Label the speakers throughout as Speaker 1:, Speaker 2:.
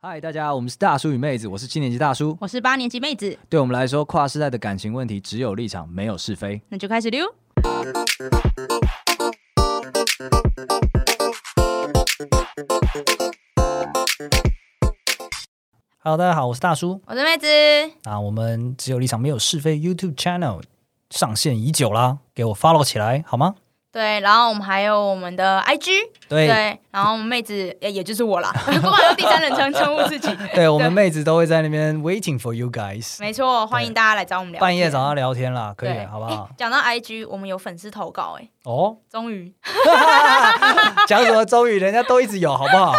Speaker 1: 嗨，大家，我们是大叔与妹子，我是七年级大叔。
Speaker 2: 我是八年级妹子，
Speaker 1: 对我们来说，跨世代的感情问题只有立场，没有是非。
Speaker 2: 那就开始溜。
Speaker 1: Hello，大家好，我是大叔。
Speaker 2: 我是妹子，
Speaker 1: 那我们只有立场，没有是非 YouTube channel 上线已久啦，给我 follow 起来好吗？
Speaker 2: 对，然后我们还有我们的 IG，
Speaker 1: 对
Speaker 2: 然后我们妹子也也就 是我啦，不管用第三人称称呼自己，
Speaker 1: 对我们妹子都会在那边 waiting for you guys，
Speaker 2: 没错，欢迎大家来找我们聊天。
Speaker 1: 半夜找她聊天啦，可以啊
Speaker 2: 对
Speaker 1: 好不好
Speaker 2: 诶？讲到 IG，我们有粉丝投稿哎、诶
Speaker 1: 哦，
Speaker 2: 终于，
Speaker 1: 讲什么终于人家都一直有，好不好？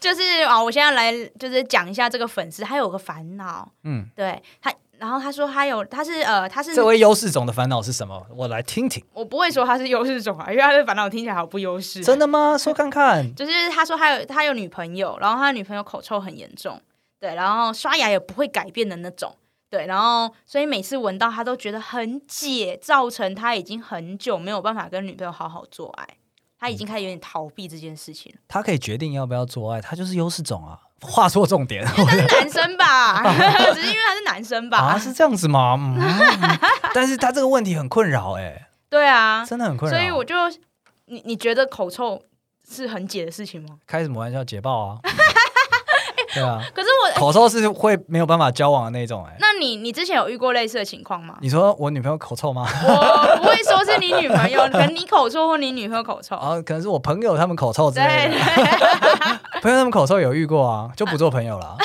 Speaker 2: 就是啊，我现在来就是讲一下这个粉丝，他有个烦恼，
Speaker 1: 嗯，
Speaker 2: 对他，然后他说他有，他是呃，他是
Speaker 1: 这位优势种的烦恼是什么？我来听听。
Speaker 2: 我不会说他是优势种啊，因为他的烦恼听起来好不优势，
Speaker 1: 真的吗？说看看。
Speaker 2: 就是他说他有他有女朋友，然后他的女朋友口臭很严重，对，然后刷牙也不会改变的那种，对，然后所以每次闻到他都觉得很解，造成他已经很久没有办法跟女朋友好好做爱，他已经开始有点逃避这件事情 了。
Speaker 1: 他可以决定要不要做爱，他就是优势种啊。话说重点
Speaker 2: 但是男生吧，只是因为他是男生吧，
Speaker 1: 啊，是这样子吗？ 嗯，嗯但是他这个问题很困扰，哎，
Speaker 2: 对啊，
Speaker 1: 真的很困扰。
Speaker 2: 所以我就你你觉得口臭是很解的事情吗？
Speaker 1: 开什么玩笑，捷报 啊？对啊，
Speaker 2: 可是我，
Speaker 1: 口臭是会没有办法交往的那种，哎。
Speaker 2: 那你你之前有遇过类似的情 况吗？
Speaker 1: 你说我女朋友口臭吗？
Speaker 2: 我不会说是你女朋友，可能你口臭或你女朋友口臭。
Speaker 1: 啊，可能是我朋友他们口臭之类的，
Speaker 2: 对，
Speaker 1: 朋友他们口臭有遇过啊，就不做朋友 了。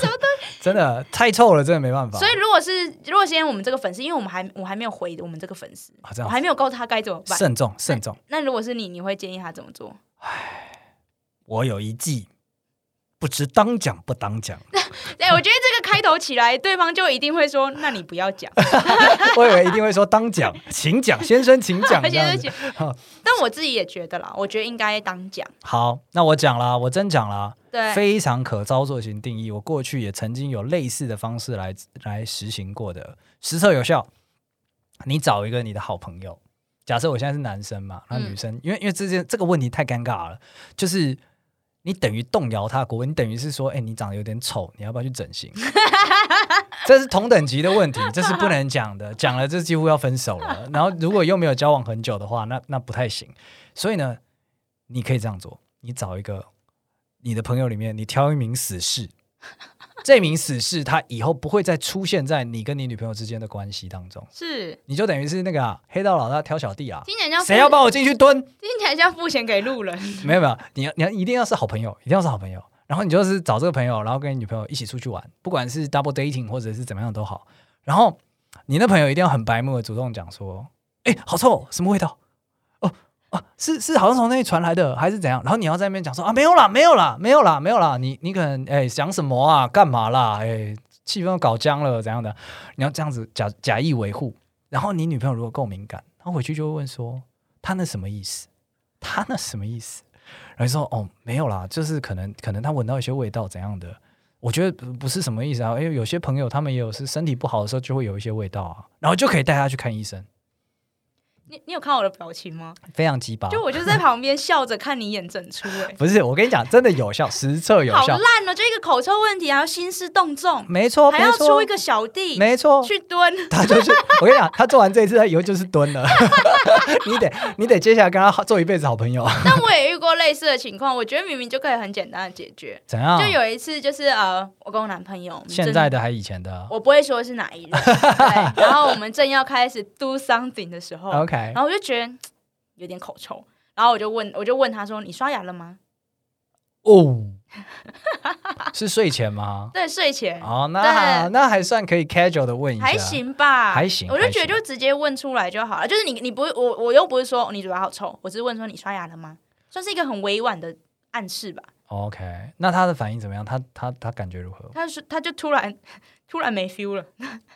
Speaker 1: 什么东西？真的太臭了，真的没办法。
Speaker 2: 所以如果是如果今天我们这个粉丝，因为我们还我还没有回我们这个粉丝，
Speaker 1: 啊，这
Speaker 2: 我
Speaker 1: 样
Speaker 2: 还没有告诉他该怎么办。
Speaker 1: 慎重慎重。
Speaker 2: 那如果是你，你会建议他怎么做？
Speaker 1: 我有一计，不知当讲不当讲。
Speaker 2: 对，哎我觉得这个开头起来，对方就一定会说：“那你不要讲。
Speaker 1: 我以为一定会说当讲，请讲， 先生请” 讲这
Speaker 2: 而且而
Speaker 1: 样
Speaker 2: 且
Speaker 1: 子。，
Speaker 2: 但我自己也觉得啦，我觉得应该当讲。
Speaker 1: 好，那我讲啦，我真讲啦。
Speaker 2: 对，
Speaker 1: 非常可操作型定义，我过去也曾经有类似的方式来来实行过的，实测有效。你找一个你的好朋友，假设我现在是男生嘛，那
Speaker 2: 嗯
Speaker 1: 女生，因为因为这件这个问题太尴尬了，就是你等于动摇他的国文，你等于是说，哎、你长得有点丑，你要不要去整 形？这是同等级的问题，这是不能讲的，讲了这几乎要分手了。然后如果又没有交往很久的话，那那不太行。所以呢，你可以这样做，你找一个你的朋友里面，你挑一名死士， 这名死士他以后不会再出现在你跟你女朋友之间的关系当中，
Speaker 2: 是
Speaker 1: 你就等于是那个、啊、黑道老大挑小弟啊，
Speaker 2: 听起来像
Speaker 1: 谁要帮我进去蹲？
Speaker 2: 听起来像付钱给路人。
Speaker 1: 没有没有，你要你要一定要是好朋友，一定要是好朋友。然后你就是找这个朋友，然后跟你女朋友一起出去玩，不管是 double dating 或者是怎么样都好。然后你那朋友一定要很白目的主动讲说：“哎、好臭哦，什么味道？哦哦、啊，是是，好像从那里传来的，还是怎样？”然后你要在那边讲说：“啊，没有啦，没有啦，没有啦，没有啦。你”你可能哎、想什么啊？干嘛啦？哎、气氛都搞僵了，怎样的？你要这样子假假意维护。然后你女朋友如果够敏感，她回去就会问说：“她那什么意思？她那什么意思？”然后就说哦没有啦，就是可能可能他闻到一些味道怎样的，我觉得呃不是什么意思啊，因为有些朋友他们也有是身体不好的时候就会有一些味道啊，然后就可以带他去看医生，
Speaker 2: 你你有看我的表情吗？
Speaker 1: 非常鸡巴。
Speaker 2: 就我就在旁边笑着看你演整出，哎，
Speaker 1: 不是我跟你讲，真的有效，实测 有
Speaker 2: 好
Speaker 1: 效，
Speaker 2: 烂哦！就一个口臭问题，还要兴师动众，
Speaker 1: 没错，
Speaker 2: 还要
Speaker 1: 没
Speaker 2: 出
Speaker 1: 错
Speaker 2: 一，个小弟
Speaker 1: 没错，
Speaker 2: 去蹲。
Speaker 1: 他就是我跟你讲，他做完这一次，他以后就是蹲了。 你得你得接下来跟他做一辈子好朋 友，
Speaker 2: 但我也遇过类似的情况，我觉得明明就可以很简单的解决。
Speaker 1: 怎样
Speaker 2: 就？有一次，就是呃，我跟我男朋友，我们
Speaker 1: 嗯现
Speaker 2: 正
Speaker 1: 在的还以前的
Speaker 2: 我不会说是哪 一人，对然后我们正要开始 do something 的时候，
Speaker 1: ？OK，
Speaker 2: 然后我就觉得嘖有点口臭，然后我就问，我就问他说：“你刷牙了吗
Speaker 1: 哦，是睡前吗？”？
Speaker 2: 对，睡前、
Speaker 1: 哦，那
Speaker 2: 对
Speaker 1: 那还算可以 casual 的问一下，
Speaker 2: 还。行吧，
Speaker 1: 还行
Speaker 2: 我就觉
Speaker 1: 还行
Speaker 2: 得就直接问出来就好了，就是你你不会，我我又不是说你嘴巴好臭，我只是问说你刷牙了吗？算是一个很委婉的暗示吧。
Speaker 1: OK，那他的反应怎么样？他他他感觉如何？
Speaker 2: 他说他就突然 突然没 feel 了。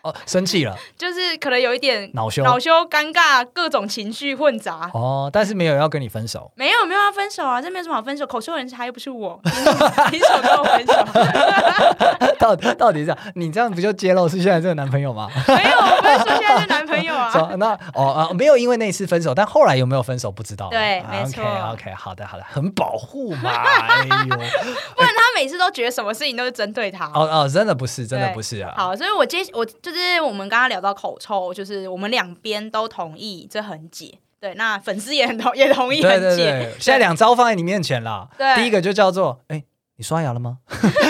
Speaker 1: 哦，生气了，
Speaker 2: 就是可能有一点
Speaker 1: 恼羞。
Speaker 2: 恼羞、尴尬，各种情绪混杂。
Speaker 1: 哦，但是没有要跟你分手。
Speaker 2: 没有没有要 分 手啊，这没有什么好分手，口臭人还又不是我，你手跟我分手。
Speaker 1: 到到底到底是这样？你这样不就揭露是现在这个男朋友 吗？
Speaker 2: 没有，我不是说现在是男朋 友啊。
Speaker 1: 说那哦啊，没有因为那一次分手，但后来有没有分手不知道。啊
Speaker 2: 对没错
Speaker 1: OK OK，好的好的，很保护 嘛。哎呦，
Speaker 2: 不然他每次都觉得什么事情都是针对他。
Speaker 1: 哦哦，真的不是，真的
Speaker 2: 对
Speaker 1: 不是啊。
Speaker 2: 好，所以我接我就是我们刚刚聊到口臭，就是我们两边都同意这很解。对，那粉丝也很同也同意很
Speaker 1: 对
Speaker 2: 解。
Speaker 1: 对对，现在两招放在你面前啦。
Speaker 2: 对
Speaker 1: 第一个就叫做哎，你刷牙了吗？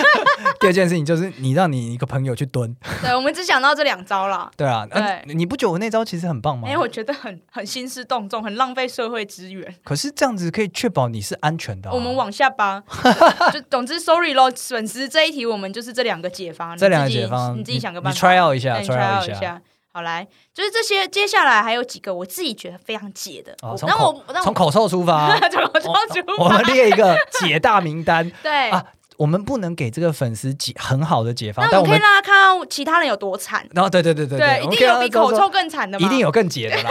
Speaker 1: 第二件事情就是你让你一个朋友去蹲，
Speaker 2: 对，我们只想到这两招啦。
Speaker 1: 对啊。
Speaker 2: 对哎
Speaker 1: 嗯你不觉得我那招其实很棒吗
Speaker 2: 因为？我觉得很很兴师动众，很浪费社会资源。
Speaker 1: 可是这样子可以确保你是安全的啊。
Speaker 2: 我们往 下吧，就就总之，sorry 咯，粉丝这一题我们就是这两个解方，
Speaker 1: 这两个
Speaker 2: 你自己
Speaker 1: 解方，
Speaker 2: 你自己想个
Speaker 1: 你
Speaker 2: 办
Speaker 1: 你
Speaker 2: 法。哎
Speaker 1: try out 一下
Speaker 2: 对你
Speaker 1: ，try out
Speaker 2: out 一
Speaker 1: 下。
Speaker 2: 下。好，来，就是这些，接下来还有几个我自己觉得非常解的。
Speaker 1: 哦
Speaker 2: 我
Speaker 1: 从
Speaker 2: 那我那
Speaker 1: 从
Speaker 2: 我
Speaker 1: 口臭出发啊，
Speaker 2: 从口罩出
Speaker 1: 我
Speaker 2: 发
Speaker 1: 们，列一个解大名单。
Speaker 2: 对，
Speaker 1: 啊我们不能给这个粉丝解很好的解放，
Speaker 2: 那
Speaker 1: 但
Speaker 2: 我
Speaker 1: 我
Speaker 2: 可以
Speaker 1: 们
Speaker 2: 让他看到其他人有多惨。
Speaker 1: 然后对对对对
Speaker 2: 对，
Speaker 1: 对，
Speaker 2: 一
Speaker 1: 我们
Speaker 2: 定有
Speaker 1: 可以
Speaker 2: 比
Speaker 1: 让他
Speaker 2: 口
Speaker 1: 知道
Speaker 2: 臭更惨的
Speaker 1: 说
Speaker 2: 嘛，
Speaker 1: 一定有更解 的啦。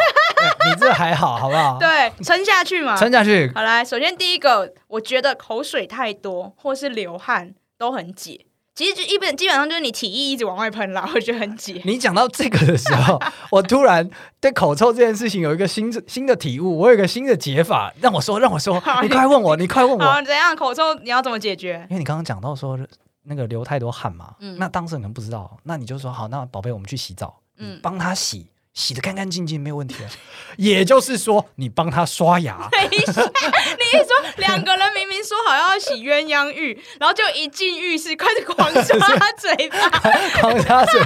Speaker 1: 对你这还好，好不好？，
Speaker 2: 对，啊撑下去嘛。
Speaker 1: 撑下去。
Speaker 2: 好来，首先第一个，我觉得口水太多或是流汗都很解。其实就一本基本上就是你体液一直往外喷啦，我觉得很解。
Speaker 1: 你讲到这个的时 候，我突然对口臭这件事情有一个新新的体悟，我有一个新的解法，让我说，让我说，你快问我，你快问我，
Speaker 2: 好，怎样口臭你要怎么解决？
Speaker 1: 因为你刚刚讲到说那个流太多汗嘛，
Speaker 2: 嗯
Speaker 1: 那当事人可能不知道，那你就说好，那宝贝，我们去洗澡，
Speaker 2: 嗯，
Speaker 1: 你帮他洗，洗的干干净净没有问题啊。也就是说，你帮他刷牙
Speaker 2: 等一下，你一说两个人明明说好要洗鸳鸯浴，然后就一进浴室开始狂刷嘴 巴，
Speaker 1: 狂擦水，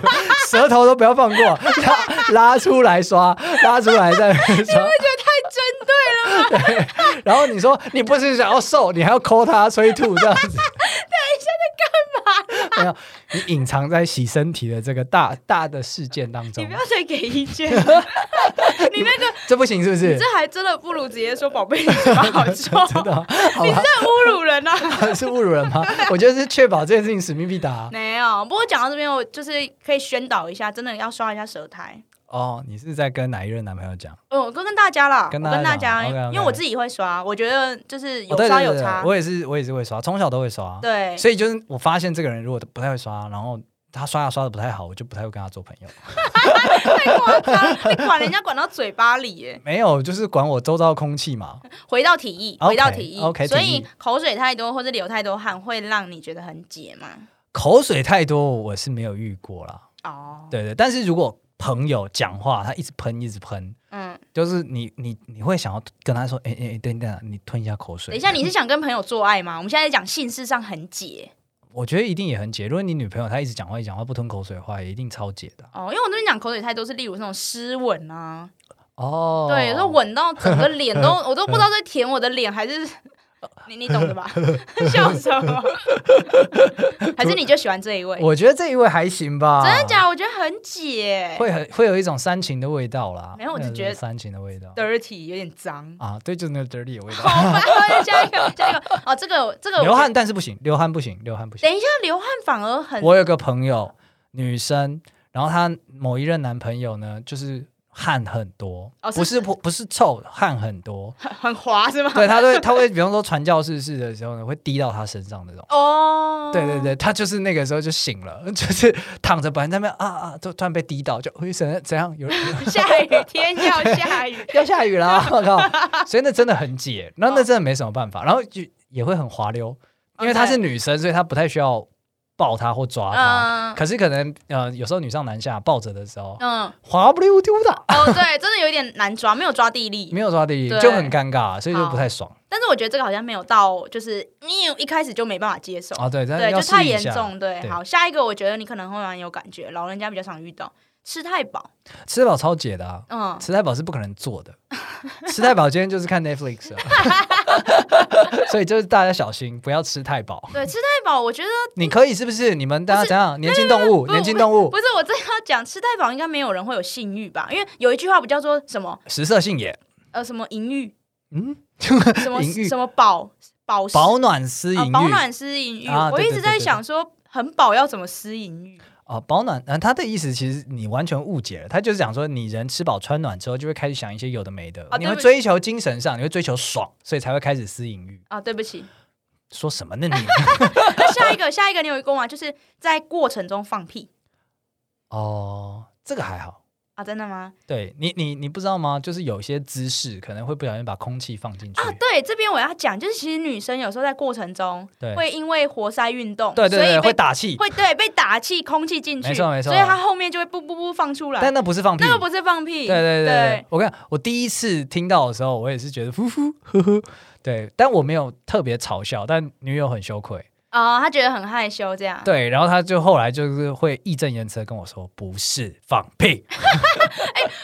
Speaker 1: 舌头都不要放过，拉拉出来刷，拉出来再刷。
Speaker 2: 太针对
Speaker 1: 然后你说你不是想要瘦，你还要抠他催吐这样 子。等一下，在干嘛？没有，你隐藏在洗身体的这个大大的事件当
Speaker 2: 你
Speaker 1: 中
Speaker 2: 不，要再给意见了，你那个
Speaker 1: 这不行是不是
Speaker 2: 这？还真的不如直接说宝贝，你嘴巴好臭，
Speaker 1: 真的哦吗，好
Speaker 2: 你
Speaker 1: 吧
Speaker 2: 在。侮辱人啊！
Speaker 1: 是侮辱人 吗？我觉得是确保这件事情使命必达、啊
Speaker 2: 没有，不过讲到这边，我就是可以宣导一下，真的要刷一下舌苔。
Speaker 1: 哦，你是在跟哪一任男朋友讲？
Speaker 2: 嗯，我跟跟大家啦，
Speaker 1: 跟
Speaker 2: 我
Speaker 1: 大家
Speaker 2: 跟大
Speaker 1: 讲
Speaker 2: 家，
Speaker 1: ，OK，OK
Speaker 2: 因为我自己会刷，我觉得就是有
Speaker 1: 哦对
Speaker 2: 刷
Speaker 1: 对
Speaker 2: 有
Speaker 1: 对
Speaker 2: 差
Speaker 1: 对，我也是，我也是会刷，从小都会刷。啊
Speaker 2: 对，
Speaker 1: 所以就是我发现这个人如果不太会刷，啊然后他刷牙刷的不太好，我就不太会跟他做朋友。
Speaker 2: 太夸张， 你管人家管到嘴巴里耶。
Speaker 1: 没有，就是管我周遭的空气嘛。
Speaker 2: 回到体液，
Speaker 1: OK，
Speaker 2: 回到体液
Speaker 1: OK，
Speaker 2: 所
Speaker 1: 体
Speaker 2: 以
Speaker 1: 液
Speaker 2: 口水太多或者流太多汗会让你觉得很解吗？
Speaker 1: 口水太多，我是没有遇过啦。
Speaker 2: 哦，
Speaker 1: 对对，但是如果朋友讲话，他一直喷一直喷，
Speaker 2: 嗯，
Speaker 1: 就是你你你会想要跟他说，哎哎哎，等一下，你吞一下口水。
Speaker 2: 等一下，你是想跟朋友做爱吗？我们现在在讲性事上很解
Speaker 1: 我觉得一定也很解。如果你女朋友她一直讲话一直讲话不吞口水的话，也一定超解的。啊
Speaker 2: 哦，因为我那边讲口水太多是例如那种湿吻啊，
Speaker 1: 哦，
Speaker 2: 对，有时候吻到整个脸 都，我都不知道在舔我的脸还是你你懂的吧？, 笑什 么？还是你就喜欢这一位？
Speaker 1: 我觉得这一位还行吧，
Speaker 2: 真的假的？我觉得很解
Speaker 1: 会很会有一种煽情的味道啦。
Speaker 2: 没有我只
Speaker 1: 那个
Speaker 2: 觉得
Speaker 1: 煽情的味道
Speaker 2: ，dirty 有点脏。
Speaker 1: 啊，对，就是那个 dirty 的味道。
Speaker 2: 好吧，下一个，下一个。哦，这个这个，
Speaker 1: 流汗，。但是不行，流汗不行，流汗不行。
Speaker 2: 等一下，流汗反而很
Speaker 1: 我有个朋友，女生，然后她某一任男朋友呢，就是汗很多，
Speaker 2: 哦是
Speaker 1: 不是不不是臭，汗很多。
Speaker 2: 很滑是吗？
Speaker 1: 对，她会她会，比方说传教士式的时候呢，会滴到她身上那种。
Speaker 2: 哦，
Speaker 1: 对对，对，她就是那个时候就醒了， 就是躺着，本来在那边啊啊，就突然被滴到，就哎怎怎样有有
Speaker 2: 下雨天要下 雨，
Speaker 1: 要下雨 啦，我靠！所以那真的很解，
Speaker 2: 哦
Speaker 1: 然后那真的没什么办法，然后就也会很滑溜，因为她是女生，所以她不太需要抱她或抓她。
Speaker 2: 嗯
Speaker 1: 可是可能呃，有时候女上男下抱着的时候，
Speaker 2: 嗯，
Speaker 1: 滑不溜丢的，
Speaker 2: 哦，对，真的有点难抓，没有抓地力
Speaker 1: 没。有抓地
Speaker 2: 对哦
Speaker 1: 就很尴尬，所以就不太爽
Speaker 2: 但是我觉得这个好像没有到，就是你一开始就没办法接受，
Speaker 1: 啊。对，但
Speaker 2: 对，
Speaker 1: 是要
Speaker 2: 就
Speaker 1: 适
Speaker 2: 太
Speaker 1: 应一
Speaker 2: 严
Speaker 1: 下。
Speaker 2: 重。对，
Speaker 1: 对
Speaker 2: 好，下一个我觉得你可能会蛮有感觉，老人家比较常遇到吃太饱，
Speaker 1: 吃饱超解的啊，
Speaker 2: 嗯，
Speaker 1: 吃太饱是不可能做 的。吃太饱今天就是看 Netflix，啊 所以就是大家小心，不要吃太饱。
Speaker 2: 对，吃太饱，我觉得
Speaker 1: 你可以是不是？你们大家怎样？年轻动物，
Speaker 2: 不
Speaker 1: 年轻动物，
Speaker 2: 不是我正要讲吃太饱，应该没有人会有性欲吧？因为有一句话不叫做什么
Speaker 1: 食色性也。
Speaker 2: 呃什么淫欲，
Speaker 1: 嗯，
Speaker 2: 什 么
Speaker 1: 淫欲
Speaker 2: 什么饱饱食
Speaker 1: 保暖私淫
Speaker 2: 啊
Speaker 1: 欲，
Speaker 2: 保暖私淫欲，
Speaker 1: 啊
Speaker 2: 我
Speaker 1: 对
Speaker 2: 一
Speaker 1: 对
Speaker 2: 直
Speaker 1: 对
Speaker 2: 在
Speaker 1: 对
Speaker 2: 想说很饱要怎么私淫欲。
Speaker 1: 啊保暖，啊，他的意思其实你完全误解了，他就是讲说你人吃饱穿暖之后，就会开始想一些有的没的，
Speaker 2: 啊
Speaker 1: 你
Speaker 2: 对
Speaker 1: 会
Speaker 2: 不起
Speaker 1: 追求精神上，你会追求爽，所以才会开始私淫欲。
Speaker 2: 啊，对不起，
Speaker 1: 说什么呢你？
Speaker 2: 那下下一个，下一个你有一个吗？就是在过程中放屁
Speaker 1: 哦，这个还好。
Speaker 2: 啊？真的吗？
Speaker 1: 对你，你你不知道吗？就是有些姿势可能会不小心把空气放进去。
Speaker 2: 啊，对，这边我要讲，就是其实女生有时候在过程中
Speaker 1: 对
Speaker 2: 会因为活塞运动，
Speaker 1: 对对
Speaker 2: 所
Speaker 1: 对，
Speaker 2: 以
Speaker 1: 会
Speaker 2: 被
Speaker 1: 打气，
Speaker 2: 会对被打气空气进去，
Speaker 1: 没错没错
Speaker 2: 所以它后面就会不不不放出来，
Speaker 1: 但那不是放屁。
Speaker 2: 那个不是放屁，
Speaker 1: 对对对
Speaker 2: 对
Speaker 1: 对，我跟你讲我第一次听到的时候，我也是觉得呼呼呵呵，对，但我没有特别嘲笑，但女友很羞愧，
Speaker 2: 啊，他觉得很害羞这样，
Speaker 1: 对，然后她就后来就是会义正言辞的跟我说，不是放 屁，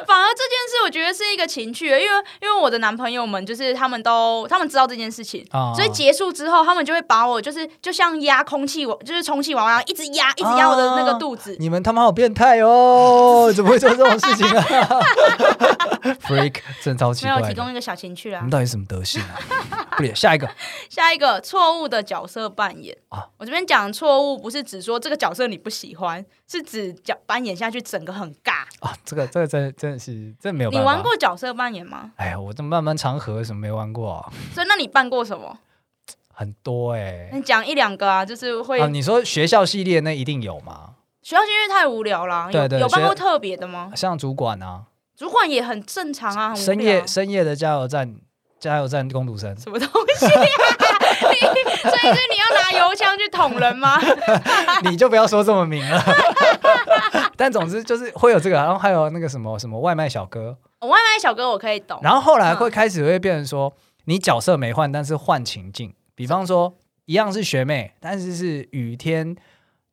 Speaker 2: 反而这件事我觉得是一个情趣，因为因为我的男朋友们就是他们都他们知道这件事情。
Speaker 1: 啊
Speaker 2: 所以结束之后，他们就会把我就是就像压空气，我就是充气娃娃，一直压，一直压我的那个肚子。
Speaker 1: 哦你们他妈好变态 哦！怎么会做这种事情啊？Freak 真超奇
Speaker 2: 没
Speaker 1: 怪
Speaker 2: 有
Speaker 1: 的，
Speaker 2: 提供一个小情趣
Speaker 1: 你
Speaker 2: 啦
Speaker 1: 们。到底是什么德性啊？不理下一个
Speaker 2: 下一个错误的角色扮演
Speaker 1: 啊
Speaker 2: 我这边讲错误不是指说这个角色你不喜欢，是指角扮演下去整个很尬。
Speaker 1: 啊，这个这个真真的是真的没有
Speaker 2: 你
Speaker 1: 办法。
Speaker 2: 玩？过角色扮演吗？
Speaker 1: 哎呀，我这漫漫长河什么没玩过、啊，
Speaker 2: 所以那你扮过什么？
Speaker 1: 哦很多哎、
Speaker 2: 你讲一两个啊，就是会、
Speaker 1: 啊，你说学校系列那一定有嘛？
Speaker 2: 学校是因为太无聊了，
Speaker 1: 对对
Speaker 2: 有有扮
Speaker 1: 学
Speaker 2: 过特别的吗？
Speaker 1: 像主管啊，
Speaker 2: 主管也很正常啊，很无
Speaker 1: 深
Speaker 2: 聊
Speaker 1: 夜
Speaker 2: 啊。
Speaker 1: 深夜的加油站，加油站工读生，
Speaker 2: 什么东西、啊？ 你所以是你要拿油枪去捅人吗？
Speaker 1: 你就不要说这么明了。 但总之就是会有这个，然后还有那个什么什么外卖小哥，
Speaker 2: 我外卖小哥我可以懂，
Speaker 1: 然后后来
Speaker 2: 嗯
Speaker 1: 会开始会变成说，你角色没换，但是换情境。比方说，一样是学妹，但是是雨天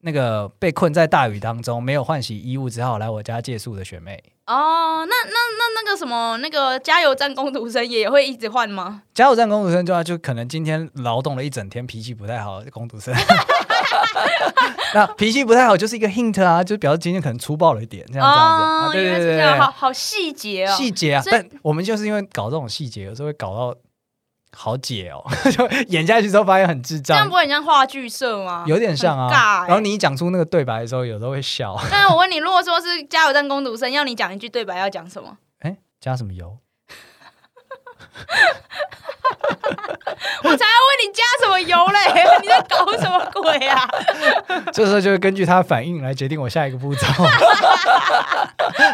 Speaker 1: 那个被困在大雨当中，没有换洗衣物，只好来我家借宿的学妹。
Speaker 2: 哦，那那那那个什么，那个加油站工读生也会一直换吗？
Speaker 1: 加油站工读生就要就可能今天劳动了一整天，脾气不太好，工读生。 那脾气不太好就是一个 hint 啊，就表示今天可能粗暴了一点，这样这样子。啊、对
Speaker 2: 哦原来
Speaker 1: 对
Speaker 2: 是
Speaker 1: 对
Speaker 2: 这
Speaker 1: 对
Speaker 2: 样，好
Speaker 1: 对，
Speaker 2: 好细节哦。
Speaker 1: 细节啊，
Speaker 2: 所以
Speaker 1: 但我们就是因为搞这种细节，有时候会搞到好解哦， 就演下去之后发现很智
Speaker 2: 这
Speaker 1: 障
Speaker 2: 样。不会很像话剧社吗？
Speaker 1: 有点像啊
Speaker 2: 很尬。欸
Speaker 1: 然后你一讲出那个对白的时候，有时候会笑，
Speaker 2: 那我问你，如果说是加油站工读生，要你讲一句对白，要讲什么？
Speaker 1: 哎、加什么油？
Speaker 2: 我才要问你加什么油嘞？ 你在搞什么鬼啊？
Speaker 1: 这时候就会根据他的反应来决定我下一个 步骤。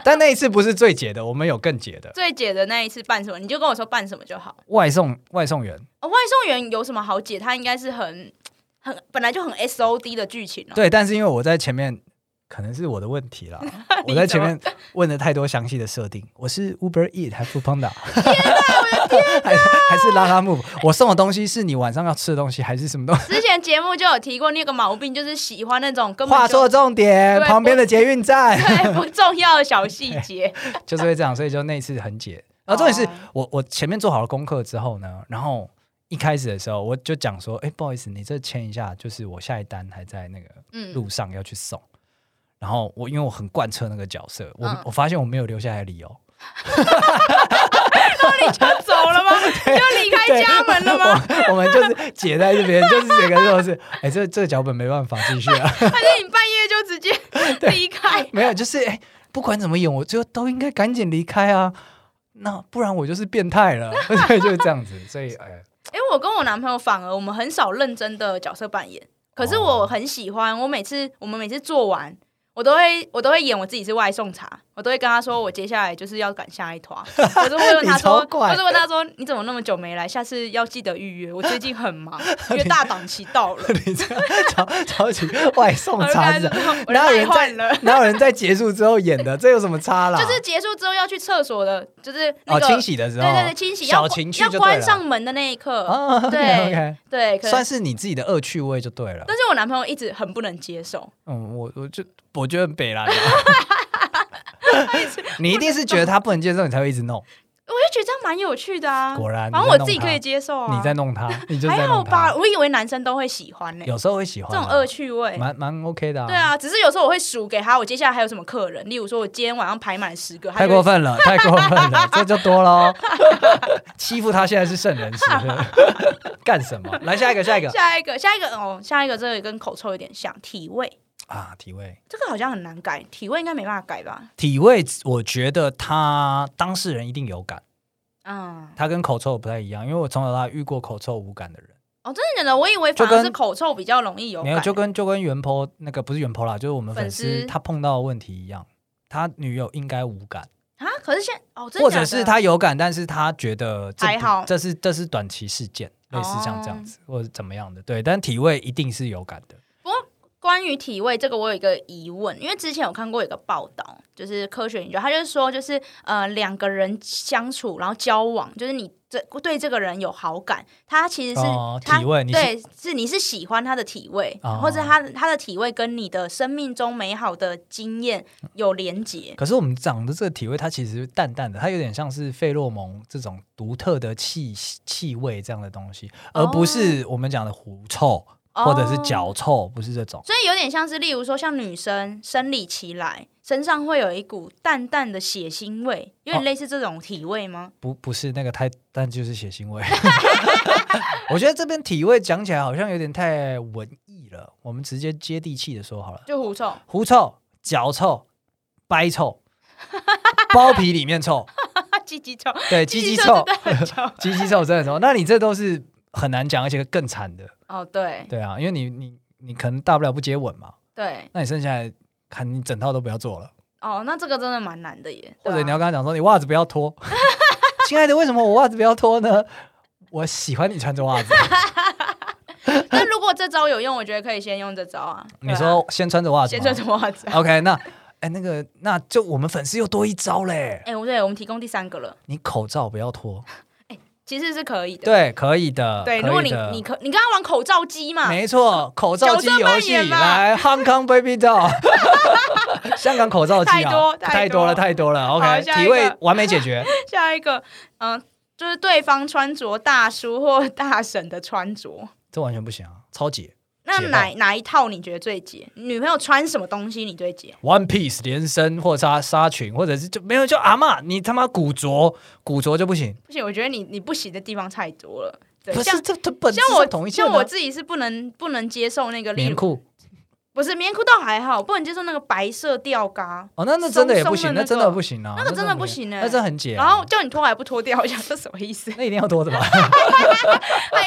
Speaker 1: 但那一次不是最解的，我们有更解的。
Speaker 2: 最解的那一次办什么，你就跟我说办什么就好。
Speaker 1: 外送外送员，
Speaker 2: 哦、外送员有什么好解？他应该是很很本来就很 S O D 的剧情了、哦
Speaker 1: 对，但是因为我在前面，可能是我的问 题啦，我在前面问了太多详细的设定。我是 Uber Eat 还是 Foodpanda？还是 还是拉拉木？我送的东西是你晚上要吃的东西，还是什么东西？
Speaker 2: 之前节目就有提过，你有个毛病就是喜欢那种根
Speaker 1: 话
Speaker 2: 本就
Speaker 1: 说重点，
Speaker 2: 对
Speaker 1: 旁边的捷运站。
Speaker 2: 对不重要的小细 节。
Speaker 1: 就是会这样，所以就那一次很解。然后重点是
Speaker 2: 哦
Speaker 1: 我我前面做好了功课之后呢，然后一开始的时候我就讲说，哎、不好意思，你这签一下，就是我下一单还在那个
Speaker 2: 嗯，
Speaker 1: 路上要去送。然后我因为我很贯彻那个角色，我、
Speaker 2: 嗯
Speaker 1: 我发现我没有留下来的理由，
Speaker 2: 要走了吗？ 就离开家门了吗？
Speaker 1: 我我们就是解在这边，就是整个就是，哎、这这个脚本没办法继续了，
Speaker 2: 还是你半夜就直接离开？
Speaker 1: 没有，就是哎、不管怎么演，我最后都应该赶紧离开啊，那不然我就是变态了， 所以就是这样子，所以哎。
Speaker 2: 因为我跟我男朋友反而我们很少认真的角色扮演，可是我很喜欢，我每次我们每次做完。我都会，我都会演我自己是外送茶，我都会跟他说，我接下来就是要赶下一团， 我就会问他
Speaker 1: 你
Speaker 2: 说
Speaker 1: 超，怪
Speaker 2: 我就问他说，你怎么那么久没来？下次要记得预约，我最近很 忙，因为大档期到了，
Speaker 1: 你这样超超级外送
Speaker 2: 我就
Speaker 1: 差
Speaker 2: 开始
Speaker 1: 是吧，
Speaker 2: 我就
Speaker 1: 哪有
Speaker 2: 太
Speaker 1: 人
Speaker 2: 换了
Speaker 1: 在。哪有人在结束之后演的？这有什么差啦？
Speaker 2: 就是结束之后要去厕所的，就是那
Speaker 1: 哦，
Speaker 2: 个、
Speaker 1: 清洗的时
Speaker 2: 对
Speaker 1: 候，
Speaker 2: 对对，清洗
Speaker 1: 小
Speaker 2: 要
Speaker 1: 情趣
Speaker 2: 要
Speaker 1: 就对
Speaker 2: 关
Speaker 1: 了
Speaker 2: 上门的那一刻，
Speaker 1: 啊
Speaker 2: 对
Speaker 1: OK，
Speaker 2: 对，
Speaker 1: OK，
Speaker 2: 可能
Speaker 1: 算是你自己的恶趣味就对了。
Speaker 2: 但是我男朋友一直很不能接受，
Speaker 1: 嗯，我我就我觉得很北啦。 你一定是觉得他不能接受，你才会一直弄。
Speaker 2: 我就觉得这样蛮有趣的啊。
Speaker 1: 果然你在
Speaker 2: 反
Speaker 1: 弄他
Speaker 2: 正我自己可以接受啊。
Speaker 1: 你在弄他，你就是在
Speaker 2: 还好
Speaker 1: 弄
Speaker 2: 吧？
Speaker 1: 他。
Speaker 2: 我以为男生都会喜欢呢、
Speaker 1: 有时候会喜
Speaker 2: 这
Speaker 1: 欢
Speaker 2: 种
Speaker 1: 啊
Speaker 2: 恶趣味。
Speaker 1: 蛮蛮 OK 的。
Speaker 2: 对，啊，只是有时候我会数给他，我接下来还有什么客人，例如说我今天晚上排满了十个，他
Speaker 1: 太
Speaker 2: 就
Speaker 1: 过分了，太过分 了，这就多喽。欺负他现在是圣人时， 干什么？来下一个，下一个
Speaker 2: 下一个，下一个哦，下一个这个跟口臭有点像，体味，
Speaker 1: 啊，体位。
Speaker 2: 这个好像很难改，体味应该没办法改吧？
Speaker 1: 体味，我觉得他当事人一定有感，
Speaker 2: 嗯，
Speaker 1: 他跟口臭不太一样，因为我从小到大遇过口臭无感的人，
Speaker 2: 哦，真的假的？我以为
Speaker 1: 就
Speaker 2: 反而
Speaker 1: 跟
Speaker 2: 是口臭比较容易有
Speaker 1: 没
Speaker 2: 感，
Speaker 1: 有，就跟就跟原 po 那个不是原 po 啦，就是我们
Speaker 2: 粉
Speaker 1: 粉丝
Speaker 2: 丝
Speaker 1: 他碰到的问题一样，他女友应该无感，
Speaker 2: 啊。可是现哦，真的
Speaker 1: 或
Speaker 2: 假
Speaker 1: 者
Speaker 2: 的
Speaker 1: 是他有感，但是他觉得这
Speaker 2: 还
Speaker 1: 不
Speaker 2: 好
Speaker 1: 这是这是短期事件，类似像这样
Speaker 2: 哦
Speaker 1: 子、或者怎么样的，对，但体味一定是有感的。
Speaker 2: 关于体味这个，我有一个疑问，因为之前有看过有一个报道，就是科学研究，他就是说，就是呃，两个人相处，然后交往，就是你这对这个人有好感，他其实是、
Speaker 1: 哦
Speaker 2: 他
Speaker 1: 体味你是
Speaker 2: 对，是你是喜欢他的体味，
Speaker 1: 哦
Speaker 2: 或者他他的体味跟你的生命中美好的经验有连结。
Speaker 1: 可是我们讲的这个体味，它其实淡淡的，它有点像是费洛蒙这种独特的气气味这样的东西，而不是我们讲的狐臭或者是
Speaker 2: 哦，
Speaker 1: 脚臭，不是这种。
Speaker 2: 所以有点像是，例如说像女生生理期来，身上会有一股淡淡的血腥味，有
Speaker 1: 哦
Speaker 2: 点类似这种体味吗？
Speaker 1: 不不是那个太，但就是血腥味。 我觉得这边体味讲起来好像有点太文艺了，我们直接接地气的说好了：
Speaker 2: 就 狐臭。
Speaker 1: 狐臭、脚臭、掰臭、 包皮里面臭，
Speaker 2: 啊，鸡鸡臭，
Speaker 1: 对， 鸡鸡臭、
Speaker 2: 真的很臭
Speaker 1: 鸡鸡臭真的臭。那你这都是很难讲，而且更惨的，
Speaker 2: 哦，对
Speaker 1: 对啊，因为你你你可能大不了不接吻嘛，
Speaker 2: 对，
Speaker 1: 那你剩下来看你整套都不要做了，
Speaker 2: 哦，那这个真的蛮难的耶。
Speaker 1: 或者你
Speaker 2: 对啊
Speaker 1: 要跟他讲说你袜子不要脱， 亲爱的，为什么我袜子不要脱呢？我喜欢你穿着袜 子。
Speaker 2: 但如果这招有用，我觉得可以先用这招啊。对啊
Speaker 1: 你说先穿着袜子
Speaker 2: 先
Speaker 1: 吗，
Speaker 2: 穿什么袜子啊？
Speaker 1: OK，那哎，那个，那就我们粉丝又多一招嘞。
Speaker 2: 哎，不对，我们提供第三个了，
Speaker 1: 你口罩不要 脱，
Speaker 2: 其实是可以的。
Speaker 1: 对，可以的。
Speaker 2: 对，
Speaker 1: 可以
Speaker 2: 如果你
Speaker 1: 的
Speaker 2: 你可你刚刚玩口罩机嘛，
Speaker 1: 没错，口罩机
Speaker 2: 角色
Speaker 1: 游
Speaker 2: 扮
Speaker 1: 戏
Speaker 2: 演嘛
Speaker 1: 来 Hong Kong Baby Doll，香港口罩机
Speaker 2: 太多
Speaker 1: 啊，
Speaker 2: 太
Speaker 1: 太
Speaker 2: 多
Speaker 1: 多了，太多了。
Speaker 2: 好
Speaker 1: OK，
Speaker 2: 下一
Speaker 1: 体
Speaker 2: 个
Speaker 1: 位完美解决。
Speaker 2: 下一个，嗯、就是对方穿着大叔或大婶的穿着，
Speaker 1: 这完全不行啊，超解。
Speaker 2: 那
Speaker 1: 解
Speaker 2: 哪哪一套你觉得最解？女朋友穿什么东西你最解？
Speaker 1: One Piece 连身或纱纱裙，或者是就没有就阿嬷，你他妈古着古着就不行，
Speaker 2: 不行，我觉得你你不行的地方太多了。对，
Speaker 1: 不
Speaker 2: 像
Speaker 1: 是这这本质
Speaker 2: 像我
Speaker 1: 是同一件
Speaker 2: 像我
Speaker 1: 的
Speaker 2: 自己是不能不能接受那个例
Speaker 1: 棉
Speaker 2: 如
Speaker 1: 裤
Speaker 2: 不是棉裤倒还好，不能接受那个白色吊嘎，
Speaker 1: 哦，那那真的也不行，
Speaker 2: 松松的那个
Speaker 1: 那真的不行啊，
Speaker 2: 那个真的不行欸
Speaker 1: 那真的很解啊。
Speaker 2: 然后叫你脱还不脱掉，我想这什么意思？
Speaker 1: 那一定要多的吧？
Speaker 2: 还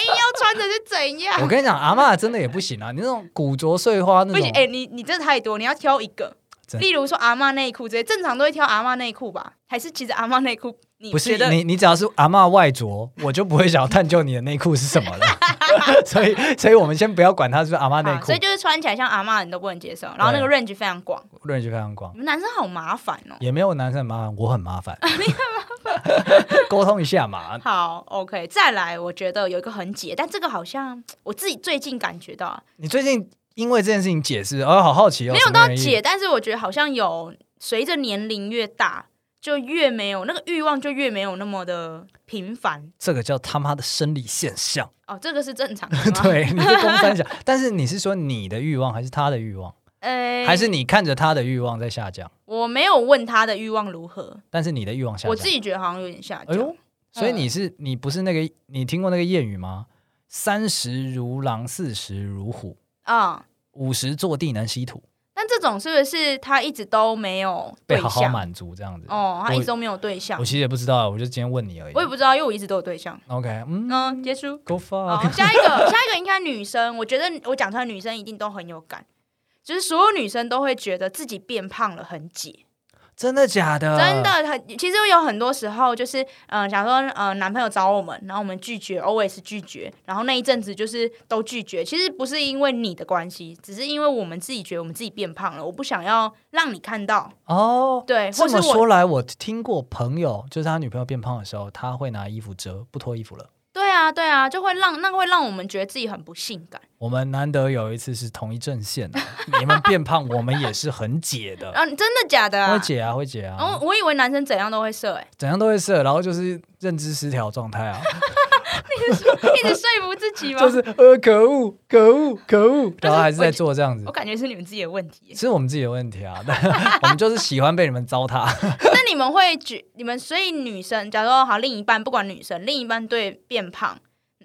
Speaker 2: 硬要穿着是怎
Speaker 1: 我
Speaker 2: 样？
Speaker 1: 跟你讲，阿嬷真的也不行啊，你那种古着碎花那
Speaker 2: 不行
Speaker 1: 种，，
Speaker 2: 哎、你你这太多，你要挑一个。
Speaker 1: 真
Speaker 2: 例如说阿嬷内裤这些，正常都会挑阿嬷内裤吧？还是其实阿嬷内裤你
Speaker 1: 不
Speaker 2: 觉
Speaker 1: 是
Speaker 2: 得
Speaker 1: 你你只要是阿嬷外着，我就不会想要探究你的内裤是什么了。 所以，所以我们先不要管它是不是阿嬷内
Speaker 2: 啊好所以
Speaker 1: 裤，啊
Speaker 2: 就是穿起来像阿嬷你都不能接受。然后那个 range 非常广，
Speaker 1: 论据非常广
Speaker 2: 你，们男生好麻烦哦。
Speaker 1: 也没有男生很麻烦，我很麻 烦， 沟通一下 嘛。
Speaker 2: 好，OK，再来，我觉得有一个很解，但这个好像我自己最近感觉到啊，
Speaker 1: 你最近因为这件事情解释，哦，好好奇哦，
Speaker 2: 没有
Speaker 1: 什么
Speaker 2: 到
Speaker 1: 原因
Speaker 2: 解，但是我觉得好像有随着年龄越大，就越没有那个欲望，就越没有那么的频繁。
Speaker 1: 这个叫他妈的生理现象。
Speaker 2: 哦，这个是 正常的吗？，
Speaker 1: 对，你是公三小，但是你是说你的欲望还是他的欲望，
Speaker 2: 呃，
Speaker 1: 还是你看着他的欲望在下降？
Speaker 2: 我没有问他的欲望如何，
Speaker 1: 但是你的欲望下降。
Speaker 2: 我自己觉得好像有点下
Speaker 1: 哎
Speaker 2: 降嗯
Speaker 1: 呦。，所以你是你不是那个你听过那个谚语吗？三十如狼，四十如虎，
Speaker 2: 啊、
Speaker 1: 五十坐地难吸土，
Speaker 2: 但这种是不是他一直都没有对
Speaker 1: 被
Speaker 2: 象？
Speaker 1: 好好满足这样子。
Speaker 2: 哦，他一直都没有对象
Speaker 1: 我，其实也不知道，我就今天问你而已。
Speaker 2: 我也不知道，因为我一直都有对象。
Speaker 1: OK，嗯
Speaker 2: 嗯，结束。
Speaker 1: ，Go
Speaker 2: 好
Speaker 1: fuck，，
Speaker 2: 下一个，下一个应该女生，我觉得我讲出来，女生一定都很有感，就是所有女生都会觉得自己变胖了很解，
Speaker 1: 真的假的？
Speaker 2: 真的很。其实有很多时候就是，嗯、想说，呃，男朋友找我们，然后我们拒绝，always 拒绝，然后那一阵子就是都拒绝。其实不是因为你的关系，只是因为我们自己觉得我们自己变胖了，我不想要让你看到，
Speaker 1: 哦。
Speaker 2: 对，或
Speaker 1: 这
Speaker 2: 是
Speaker 1: 么
Speaker 2: 我，
Speaker 1: 说来，我听过朋友，就是他女朋友变胖的时候，他会拿衣服遮，不脱衣服了。
Speaker 2: 对啊，对啊，就会让那会让我们觉得自己很不性感。
Speaker 1: 我们难得有一次是同一阵线的，你们变胖，我们也是很解的，
Speaker 2: 啊，你真的假的啊哦
Speaker 1: 会？解啊，会解啊。
Speaker 2: 然后我以为男生怎样都会射、欸，
Speaker 1: 怎样都会射，然后就是认知失调状态啊，
Speaker 2: 一直说服自己吗？
Speaker 1: 就是呃可恶可恶可恶，
Speaker 2: 啊但
Speaker 1: 然
Speaker 2: 是
Speaker 1: 后还是
Speaker 2: 我
Speaker 1: 在
Speaker 2: 觉
Speaker 1: 做这样子
Speaker 2: 我，感觉是你们自己的问题。
Speaker 1: 是我们自己的问题啊，但 我们就是喜欢被你们糟蹋。
Speaker 2: 那你们会觉你们所以女生，假如说好另一半，不管女生，另一半对变胖，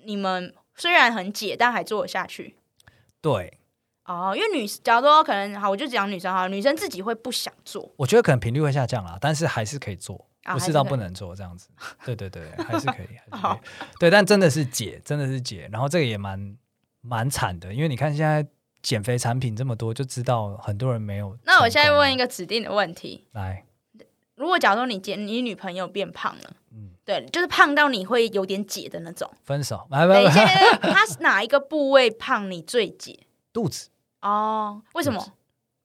Speaker 2: 你们虽然很解，但还做得下去
Speaker 1: 对，
Speaker 2: 哦。因为女，假如说可能好，我就讲女生哈，女生自己会不想做
Speaker 1: 我觉得可能频率会下降啦，但是还是可以做。
Speaker 2: 啊
Speaker 1: 不
Speaker 2: 还
Speaker 1: 是
Speaker 2: 是
Speaker 1: 到
Speaker 2: 可以
Speaker 1: 不能做这样 子。对对对，还是可以，还是可
Speaker 2: 好
Speaker 1: 以。对，但真的是解，真的是解。然后这个也蛮蛮惨的，因为你看现在减肥产品这么多，就知道很多人没有成功啊。
Speaker 2: 那我现在问一个指定的问题：
Speaker 1: 来，
Speaker 2: 如果假如说你姐你女朋友变胖了，
Speaker 1: 嗯，
Speaker 2: 对，就是胖到你会有点解的那种。
Speaker 1: 分手，来来
Speaker 2: 等一
Speaker 1: 来，
Speaker 2: 下，她哪一个部位胖你最解？
Speaker 1: 肚子
Speaker 2: 哦，为什么？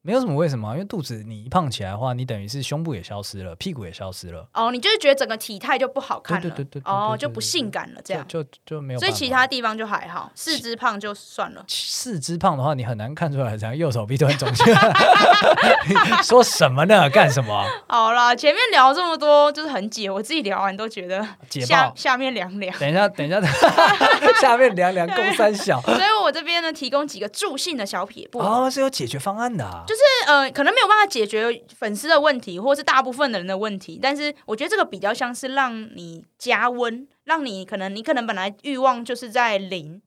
Speaker 1: 没有什么为什么啊，因为肚子你一胖起来的话，你等于是胸部也消失了，屁股也消失了，
Speaker 2: 哦，你就是觉得整个体态就不好看了，
Speaker 1: 对对对对对
Speaker 2: 哦，
Speaker 1: 对对
Speaker 2: 就不性感了，
Speaker 1: 就
Speaker 2: 这样。
Speaker 1: 就就没有
Speaker 2: 所
Speaker 1: 办法。
Speaker 2: 以其他地方就还好，四肢胖就算了。
Speaker 1: 四肢胖的话，你很难看出来，怎样右手臂都很肿起 来。说什么呢？干什么？啊
Speaker 2: 好啦，前面聊这么多就是很解，我自己聊完都觉得
Speaker 1: 解
Speaker 2: 下
Speaker 1: 爆
Speaker 2: 下面凉凉。
Speaker 1: 等一 下，等一下， 下面凉凉共三小。
Speaker 2: 所以我这边呢提供几个助兴的小撇步，
Speaker 1: 哦，是有解决方案的、啊，就是
Speaker 2: 呃，可能没有办法解决粉丝的问题，或是大部分的人的问题，但是我觉得这个比较像是让你加温，让你可能你可能本来欲望就是在零，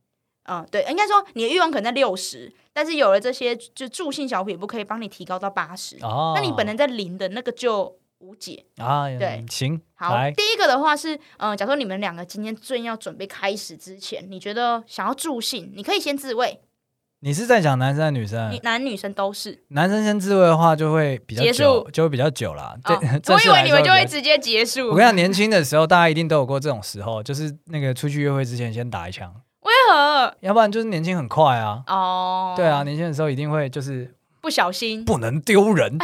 Speaker 2: 嗯、对，应该说你的欲望可能在六十，但是有了这些就助兴小撇步，可以帮你提高到八十、
Speaker 1: 哦，
Speaker 2: 那你本来在零的那个就无解。
Speaker 1: 啊，
Speaker 2: 对
Speaker 1: 行，
Speaker 2: 好
Speaker 1: 来，
Speaker 2: 第一个的话是，嗯、假如你们两个今天正要准备开始之前，你觉得想要助兴，你可以先自慰，
Speaker 1: 你是在讲男生还是女生
Speaker 2: 你？男女生都是。
Speaker 1: 男生先自慰的话，就会比较
Speaker 2: 结
Speaker 1: 久
Speaker 2: 束，
Speaker 1: 就会比较久啦。
Speaker 2: 哦
Speaker 1: 对，正
Speaker 2: 我以
Speaker 1: 式
Speaker 2: 为
Speaker 1: 来
Speaker 2: 你们
Speaker 1: 说
Speaker 2: 就会
Speaker 1: 比较
Speaker 2: 直接结束。
Speaker 1: 啊我跟你讲，年轻的时候，大家一定都有过这种时候，就是那个出去约会之前先打一枪，
Speaker 2: 为何？
Speaker 1: 要不然就是年轻很快啊。
Speaker 2: 哦，
Speaker 1: 对啊，，年轻的时候一定会就是
Speaker 2: 不小心
Speaker 1: 不能丢人。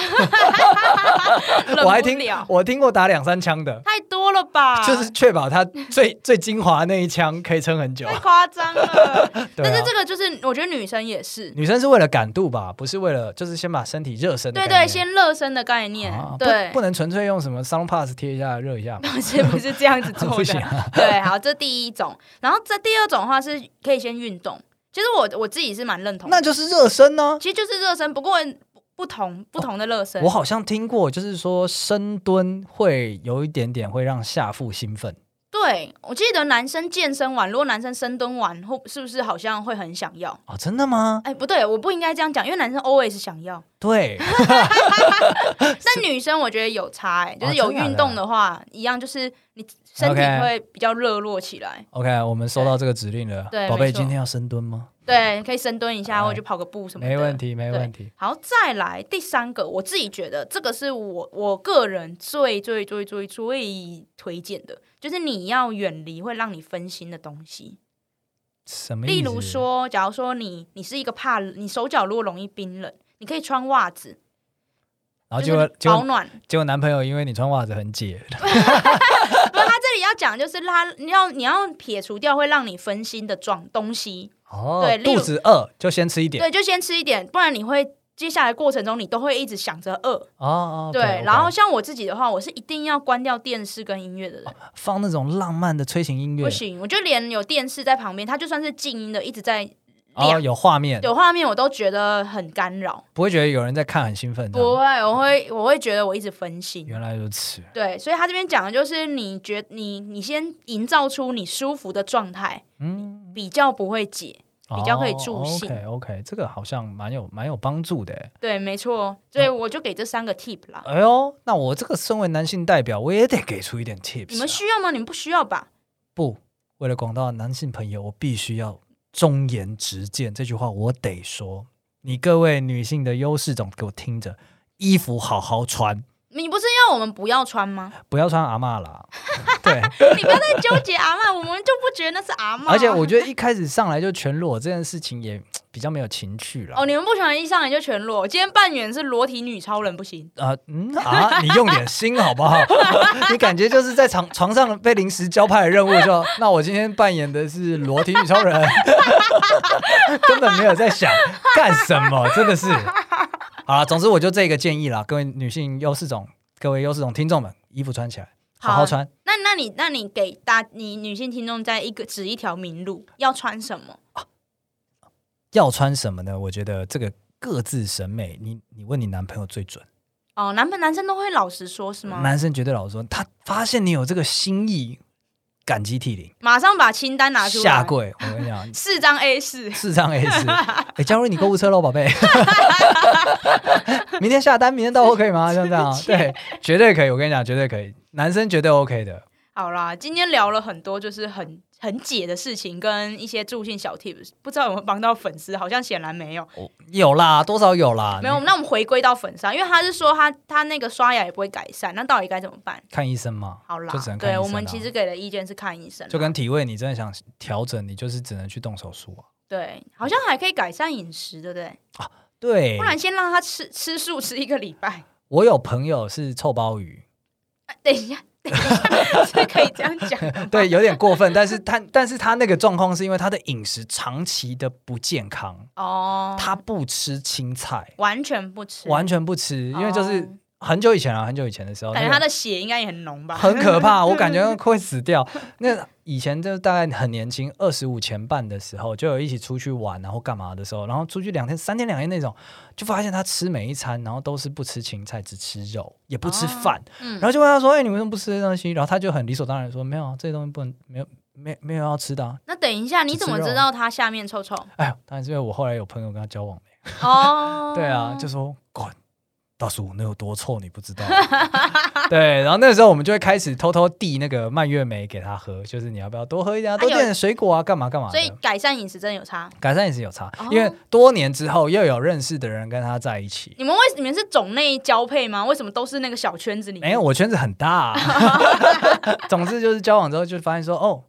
Speaker 2: 忍
Speaker 1: 我还
Speaker 2: 不
Speaker 1: 听
Speaker 2: 了，
Speaker 1: 我听过打两三枪的，
Speaker 2: 太多了吧？
Speaker 1: 就是确保他最 最精华那一枪可以撑很久。
Speaker 2: 太夸张了。
Speaker 1: 对
Speaker 2: 哎但是
Speaker 1: 啊
Speaker 2: 这，个就是，我觉得女生也是，
Speaker 1: 女生是为了感度吧，不是为了就是先把身体热身的
Speaker 2: 对
Speaker 1: 概念。
Speaker 2: 对，先热身的概念
Speaker 1: 啊，不
Speaker 2: 对
Speaker 1: 不，能纯粹用什么 sun pass 贴一下热一下嘛。
Speaker 2: 不 是不是这样子做
Speaker 1: 不行
Speaker 2: 的。
Speaker 1: 啊，
Speaker 2: 对，好，这第一种。然后这第二种的话是可以先运动，其实我我自己是蛮认同的，
Speaker 1: 那就是热身呢、
Speaker 2: 其实就是热身，不过不不同不同的热身
Speaker 1: 我。好像听过，就是说深蹲会有一点点会让下腹兴奋。
Speaker 2: 对，我记得男生健身完，如果男生深蹲完，后是不是好像会很想要？
Speaker 1: 哦，真的吗？
Speaker 2: 哎，不对，我不应该这样讲，因为男生 always 想要，
Speaker 1: 对，
Speaker 2: 但女生我觉得有差哎、就是有
Speaker 1: 真的假的
Speaker 2: 运动的话，一样就是你身体
Speaker 1: OK
Speaker 2: 会比较热络起来。
Speaker 1: OK，我们收到这个指令了。
Speaker 2: 对
Speaker 1: 宝贝，
Speaker 2: 没错
Speaker 1: 今天要深蹲吗？
Speaker 2: 对，可以深蹲一下，
Speaker 1: 哎
Speaker 2: 或者去跑个步什么的。
Speaker 1: 没问。题，没
Speaker 2: 对
Speaker 1: 问题。
Speaker 2: 好，再来第三个，我自己觉得这个是我我个人最最最最最推荐的，就是你要远离会让你分心的东西。
Speaker 1: 什么意思？
Speaker 2: 例如，说，假如说你你是一个怕你手脚如果容易冰冷，你可以穿袜子，
Speaker 1: 然后结
Speaker 2: 就
Speaker 1: 果
Speaker 2: 是
Speaker 1: 结
Speaker 2: 保
Speaker 1: 果
Speaker 2: 暖。
Speaker 1: 结果男朋友因为你穿袜子很解，
Speaker 2: 不是，他这里要讲就是他你要你要撇除掉会让你分心的状东西，
Speaker 1: 哦，
Speaker 2: 对例如
Speaker 1: 肚子饿就先吃一点。
Speaker 2: 对，就先吃一点，不然你会接下来过程中你都会一直想着饿。
Speaker 1: 哦哦，
Speaker 2: 对
Speaker 1: OK，OK
Speaker 2: 然后像我自己的话，我是一定要关掉电视跟音乐的人，
Speaker 1: 放那种浪漫的催情音乐
Speaker 2: 不，行，我就连有电视在旁边，它就算是静音的，一直在
Speaker 1: 哦，
Speaker 2: 亮
Speaker 1: 有画面，
Speaker 2: 有画面，我都觉得很干扰。
Speaker 1: 不会觉得有人在看很兴奋。这样
Speaker 2: 不会，我会我会觉得我一直分心。
Speaker 1: 原来如此。
Speaker 2: 对，所以他这边讲的就是你觉你你先营造出你舒服的状态，
Speaker 1: 嗯，
Speaker 2: 比较不会解。比较可以助兴
Speaker 1: OK OK，这个好像蛮有蛮有帮助的欸。
Speaker 2: 对，没错，所以我就给这三个 tip 啦。
Speaker 1: 哎呦，那我这个身为男性代表，我也得给出一点 tips 啊。
Speaker 2: 你们需要吗？你们不需要吧？
Speaker 1: 不，为了广大的男性朋友，我必须要忠言直谏，这句话我得说。你各位女性的优势总给我听着，衣服好好穿，
Speaker 2: 你不是要我们不要穿 吗？
Speaker 1: 不要穿阿嬷 啦。对，
Speaker 2: 你不要再纠结阿嬷，我们就不觉得那是阿嬷。
Speaker 1: 而且我觉得一开始上来就全裸这件事情也比较没有情趣了。
Speaker 2: 哦，你们不喜欢一上来就全裸，今天扮演是裸体女超人不行。
Speaker 1: 啊，嗯啊，你用点心好不好？ 你感觉就是在床床上被临时交派的任务就，那我今天扮演的是裸体女超人， 根本没有在想干什么，真的是。好了，总之我就这个建议啦，各位女性优势种，各位优势种听众们，衣服穿起来，好好
Speaker 2: 好
Speaker 1: 穿。
Speaker 2: 那那你那你给大你女性听众在一个指一条明路，要穿什么？
Speaker 1: 要穿什么呢？我觉得这个各自审美，你你问你男朋友最准。
Speaker 2: 哦，男朋男生都会老实说，是吗？
Speaker 1: 男生绝对老实说，他发现你有这个心意，感激涕零，
Speaker 2: 马上把清单拿出来，
Speaker 1: 下跪。我跟你讲，
Speaker 2: 四张 A 四。
Speaker 1: 四张 A 四， 哎，加入你购物车喽，宝贝。 明天下单，明天到货可以吗？像这样啊，对，绝对可以。我跟你讲，绝对可以。男生绝对 OK 的。
Speaker 2: 好啦，今天聊了很多，就是很很解的事情，跟一些助兴小 tips，不知道有没有帮到粉丝？好像显然没有，
Speaker 1: 有啦，多少有啦。
Speaker 2: 没有。
Speaker 1: 啊你
Speaker 2: 那我们回归到粉啊上，因为他是说他他那个刷牙也不会改善，那到底该怎么办？
Speaker 1: 看医生嘛，
Speaker 2: 好啦
Speaker 1: 就只能，看医
Speaker 2: 对
Speaker 1: 生
Speaker 2: 我们
Speaker 1: 啦
Speaker 2: 其实给的意见是看医生啦，啊
Speaker 1: 就跟体位，你真的想调整，你就是只能去动手术啊。
Speaker 2: 对，好像还可以改善饮食，对不对？
Speaker 1: 对
Speaker 2: 不，然先让他吃吃素吃一个礼拜。
Speaker 1: 我有朋友是臭鲍鱼，
Speaker 2: 哎等一下，等一下，是可以这样讲 的吗
Speaker 1: 对，有点过分，但是他但是他那个状况是因为他的饮食长期的不健康，
Speaker 2: 哦，
Speaker 1: 他不吃青菜，
Speaker 2: 完全不吃，
Speaker 1: 完全不吃，因为就是
Speaker 2: 哦
Speaker 1: 很久以前啊，很久以前的时候，
Speaker 2: 感觉
Speaker 1: 那
Speaker 2: 他
Speaker 1: 个
Speaker 2: 的血应该也很浓吧？
Speaker 1: 很可怕， 我感觉会死掉。那以前就大概很年轻，二十五前半的时候，就有一起出去玩，然后干嘛的时候，然后出去两天、三天两夜那种，就发现他吃每一餐，然后都是不吃青菜，只吃肉，也不吃
Speaker 2: 哦
Speaker 1: 饭。
Speaker 2: 嗯
Speaker 1: 然后就问他说：“哎、你为什么不吃这东西？”然后他就很理所当然地说：“没有啊，这些东西不能，没有，没没有要吃的、啊。
Speaker 2: 那等一下，你
Speaker 1: 只吃
Speaker 2: 怎么
Speaker 1: 肉啊
Speaker 2: 知道他下面 臭臭？”
Speaker 1: 哎呦，当然是因为我后来有朋友跟他交往没，
Speaker 2: 哦
Speaker 1: 对啊，就说管。大叔，那有多臭你不知道？ 对，然后那时候我们就会开始偷偷递那个蔓越莓给他喝，就是你要不要多喝一点啊，
Speaker 2: 哎呦
Speaker 1: 多点水果啊，干嘛干嘛
Speaker 2: 所以
Speaker 1: 的。
Speaker 2: 改善饮食真的有差。
Speaker 1: 改善也是有差
Speaker 2: 哦，
Speaker 1: 因为多年之后又有认识的人跟他在一起。
Speaker 2: 你们为你们是种类交配吗？为什么都是那个小圈子里面？
Speaker 1: 没哎有，我圈子很大、啊。 总之就是交往之后就发现说，哦，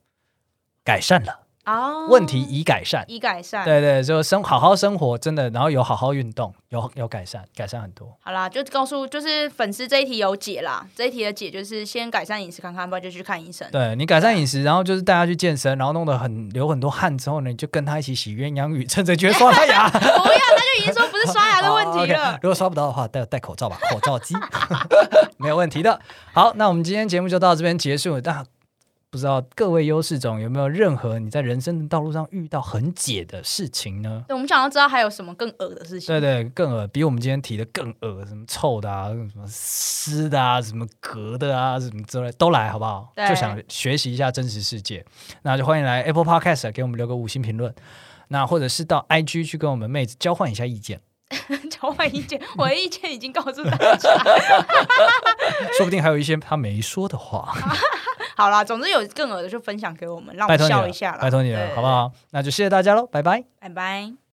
Speaker 1: 改善了。
Speaker 2: 哦，
Speaker 1: 问题已改善。
Speaker 2: 已改善。
Speaker 1: 对对，就生好好生活，真的，然后有好好运动，有有改善，改善很多。
Speaker 2: 好啦，就告诉就是粉丝这一题有解啦，这一题的解就是先改善饮食看看，不然就去看医生。
Speaker 1: 对你改善饮食，然后就是带他去健身，然后弄得很流很多汗之后呢，你就跟他一起洗鸳鸯浴，趁着觉得刷他牙
Speaker 2: 不要， 他就已经说不是刷牙的问 题
Speaker 1: 好，OK，
Speaker 2: 了。
Speaker 1: 如果刷不到的话，戴戴口罩吧，口罩机 没有问题的。好，那我们今天节目就到这边结束。但不知道各位优势种有没有任何你在人生的道路上遇到很解的事情呢？
Speaker 2: 对，我们想要知道还有什么更恶的事情。
Speaker 1: 对 对，更恶，比我们今天提的更恶，什么臭的啊，什么湿的啊，什么隔的啊，什么之类都来，好不好？
Speaker 2: 对
Speaker 1: 就想学习一下真实世界，那就欢迎来 Apple Podcast 给我们留个五星评论，那或者是到 IG 去跟我们妹子交换一下意见，
Speaker 2: 交换意见，我的意见已经告诉大家。
Speaker 1: 说不定还有一些她没说的话，
Speaker 2: 好啦，总之有更恶的就分享给我们，让我
Speaker 1: 拜
Speaker 2: 们
Speaker 1: 托你
Speaker 2: 笑一
Speaker 1: 了
Speaker 2: 下，啦。
Speaker 1: 拜托你
Speaker 2: 对
Speaker 1: 了，好不？好？那就谢谢大家喽，拜拜。
Speaker 2: 拜拜。